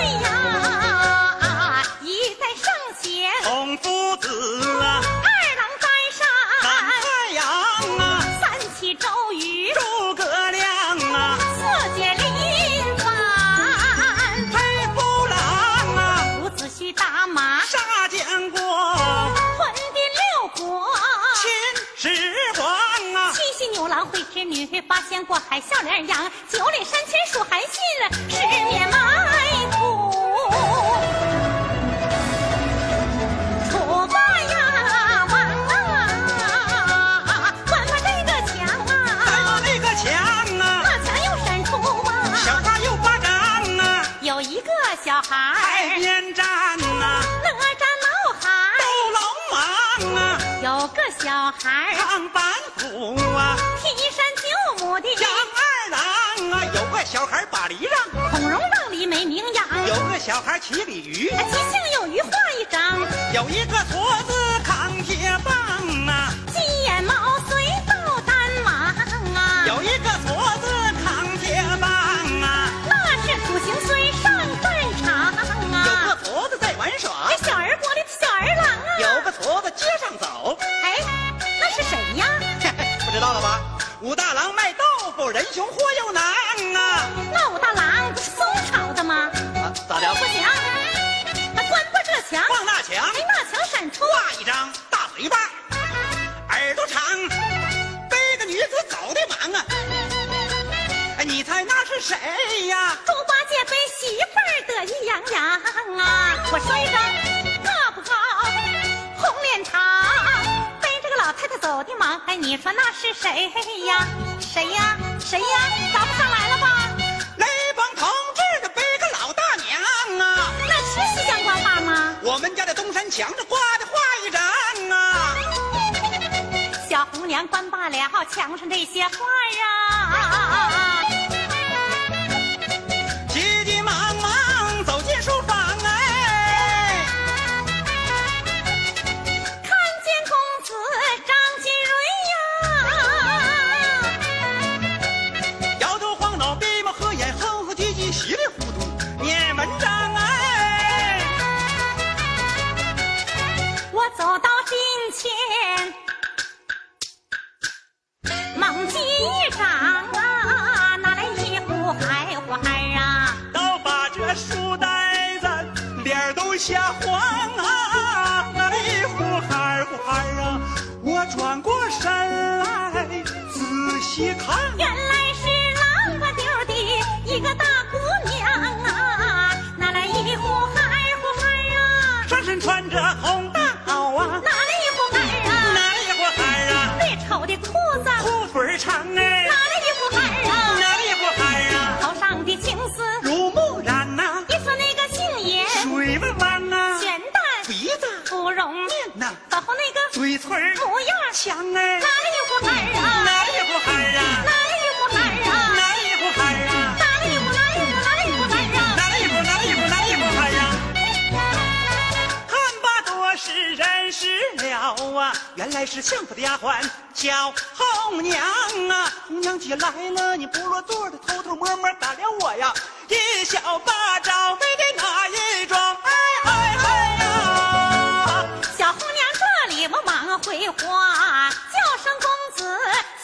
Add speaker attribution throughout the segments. Speaker 1: 啊啊啊啊啊
Speaker 2: 王惠之女，八仙过海笑脸扬，九里山前数寒信，十面埋伏。楚国呀，王啊，关关那个墙
Speaker 1: 翻过
Speaker 2: 啊，
Speaker 1: 那个墙啊，
Speaker 2: 那墙又闪出
Speaker 1: 小
Speaker 2: 啊，
Speaker 1: 花又巴掌啊，
Speaker 2: 有一个小孩
Speaker 1: 海
Speaker 2: 儿，
Speaker 1: 边站啊，
Speaker 2: 哪吒闹海，
Speaker 1: 斗老莽啊，
Speaker 2: 有个小孩儿
Speaker 1: 唱板斧啊，
Speaker 2: 劈山救母的，
Speaker 1: 杨二郎啊，有个小孩把梨让，
Speaker 2: 孔融让梨没名扬，
Speaker 1: 有个小孩骑鲤鱼，
Speaker 2: 啊其性有余画一张，
Speaker 1: 有一个矬子扛铁棒啊，
Speaker 2: 鸡眼毛随到丹王啊，
Speaker 1: 有一个矬子扛铁棒啊，
Speaker 2: 那是土行孙上战场
Speaker 1: 有个
Speaker 2: 啊，
Speaker 1: 矬子在玩耍
Speaker 2: 这，小儿国里的小儿郎啊，
Speaker 1: 有个矬子街上走。
Speaker 2: 哎，那是谁呀？
Speaker 1: 不知道了吧？武大郎卖豆腐，人熊豁又囊啊！
Speaker 2: 那武大郎不是宋朝的吗？
Speaker 1: 啊，咋的？
Speaker 2: 不行，那关不这墙，
Speaker 1: 望那墙
Speaker 2: 哎，那墙闪出
Speaker 1: 挂一张大嘴巴，耳朵长，背个女子走的忙啊！哎，你猜那是谁呀？
Speaker 2: 猪八戒背媳妇儿得意洋洋啊！我说一声，高不高？红脸长，背着个老太太走的忙。哎，你说那是谁呀？谁呀？谁呀？答不上来了吧？
Speaker 1: 雷锋同志的背个老大娘啊！
Speaker 2: 那是西厢官话吗？
Speaker 1: 我们家的东山墙上挂的画一张啊！
Speaker 2: 小红娘关罢了墙上这些画啊，
Speaker 1: 急急忙忙走进书房哎，
Speaker 2: 看见公子张金瑞呀。
Speaker 1: 摇头晃脑，闭目合眼，哼哼唧唧，稀里糊涂念文章哎。
Speaker 2: 我走到近前，猛击一掌啊，拿来一壶海花儿啊，
Speaker 1: 倒把这书呆子脸儿都吓黄啊！哎呼哈儿呼哈儿啊！我转过身来仔细看，
Speaker 2: 原来是浪花丢的一个大姑娘啊，拿来一壶海花儿啊，
Speaker 1: 上身穿着红大袄啊，
Speaker 2: 拿来一壶海儿啊，
Speaker 1: 哪里呼哈儿啊？
Speaker 2: 最丑的裤子，
Speaker 1: 裤腿儿长哎
Speaker 2: 拿，来一壶海儿啊，
Speaker 1: 哪里呼哈儿啊？
Speaker 2: 头上的青丝，
Speaker 1: 如木然呐、
Speaker 2: 一说那个杏眼，
Speaker 1: 水弯弯呐、
Speaker 2: 悬蛋，
Speaker 1: 鼻子
Speaker 2: 不容面
Speaker 1: 呐，
Speaker 2: 保护那个
Speaker 1: 嘴唇儿
Speaker 2: 模样儿。
Speaker 1: 香哎
Speaker 2: 哪，里有胡孩儿啊？
Speaker 1: 哪里呼哈儿啊？
Speaker 2: 哪里有胡孩儿啊？
Speaker 1: 哪里呼哈儿啊？
Speaker 2: 哪里有胡哪里有哪里有胡孩儿啊？
Speaker 1: 哪里不哪里不哪里不看呀？看吧，多是人是了啊！原来是相府的丫鬟叫红娘啊！红娘姐来了，你不落座的偷偷摸摸打量我呀，一小巴掌没得哪一桩？哎哎哎呀！
Speaker 2: 小红娘这里我忙回话，叫声公子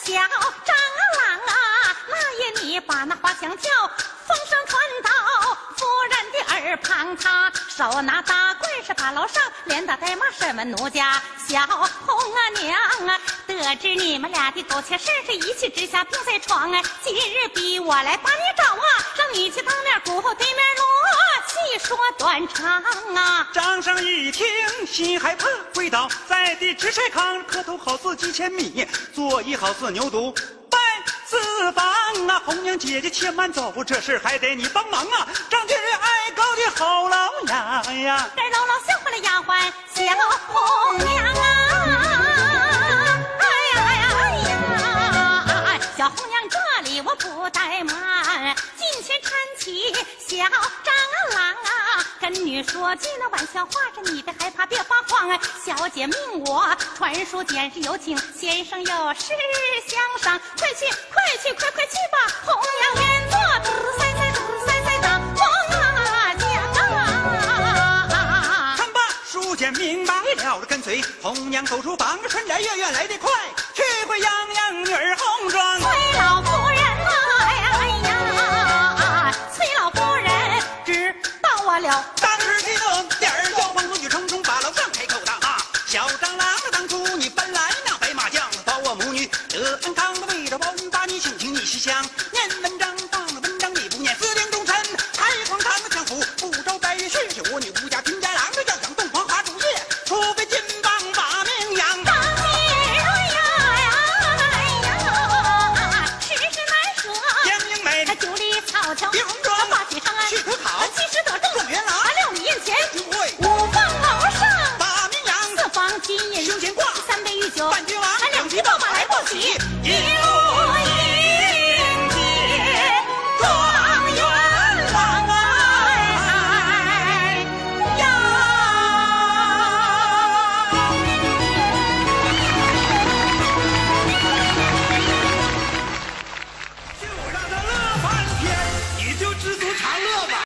Speaker 2: 小张郎啊！那夜你把那花枪跳，风声传到夫人的耳旁，她手拿大棍是把楼上连打带骂审问奴家小红啊娘啊！得知你们俩的苟且事儿是一气之下病在床啊！今日逼我来把你找啊，让你去当面鼓后对面锣，细说短长啊！
Speaker 1: 张生一听，心害怕，跪倒在地直晒炕，磕头好似鸡千米，作揖好似牛犊拜四方啊！红娘姐姐且慢走，这事还得你帮忙啊！张金瑞哀高的吼老娘呀，
Speaker 2: 这儿牢牢吓坏了丫鬟小红娘啊！哎呀哎呀哎呀！小红娘这里我不怠慢，进前搀起小张郎啊，跟女说句那玩笑话，这你别害怕，别发慌啊！小姐命我传书简是有请，先生有事相商，快去快去快快去吧！红娘原坐，嘟塞塞嘟塞塞当红啊娘啊！
Speaker 1: 看吧，书简明白了，跟随红娘走出房，春来月月来得快，去回泱泱女儿红妆。
Speaker 2: 崔老夫人啊，哎呀，崔老夫人知道我了，
Speaker 1: 当时激动，点儿高风怒雨冲冲，把楼上开口大骂：“小张郎，当初你搬来那白马将，保我母女得安康的，为了保
Speaker 2: 哎哎酒，
Speaker 1: 半斤王
Speaker 2: 哎俺两匹
Speaker 1: 匹
Speaker 2: 宝马来报喜，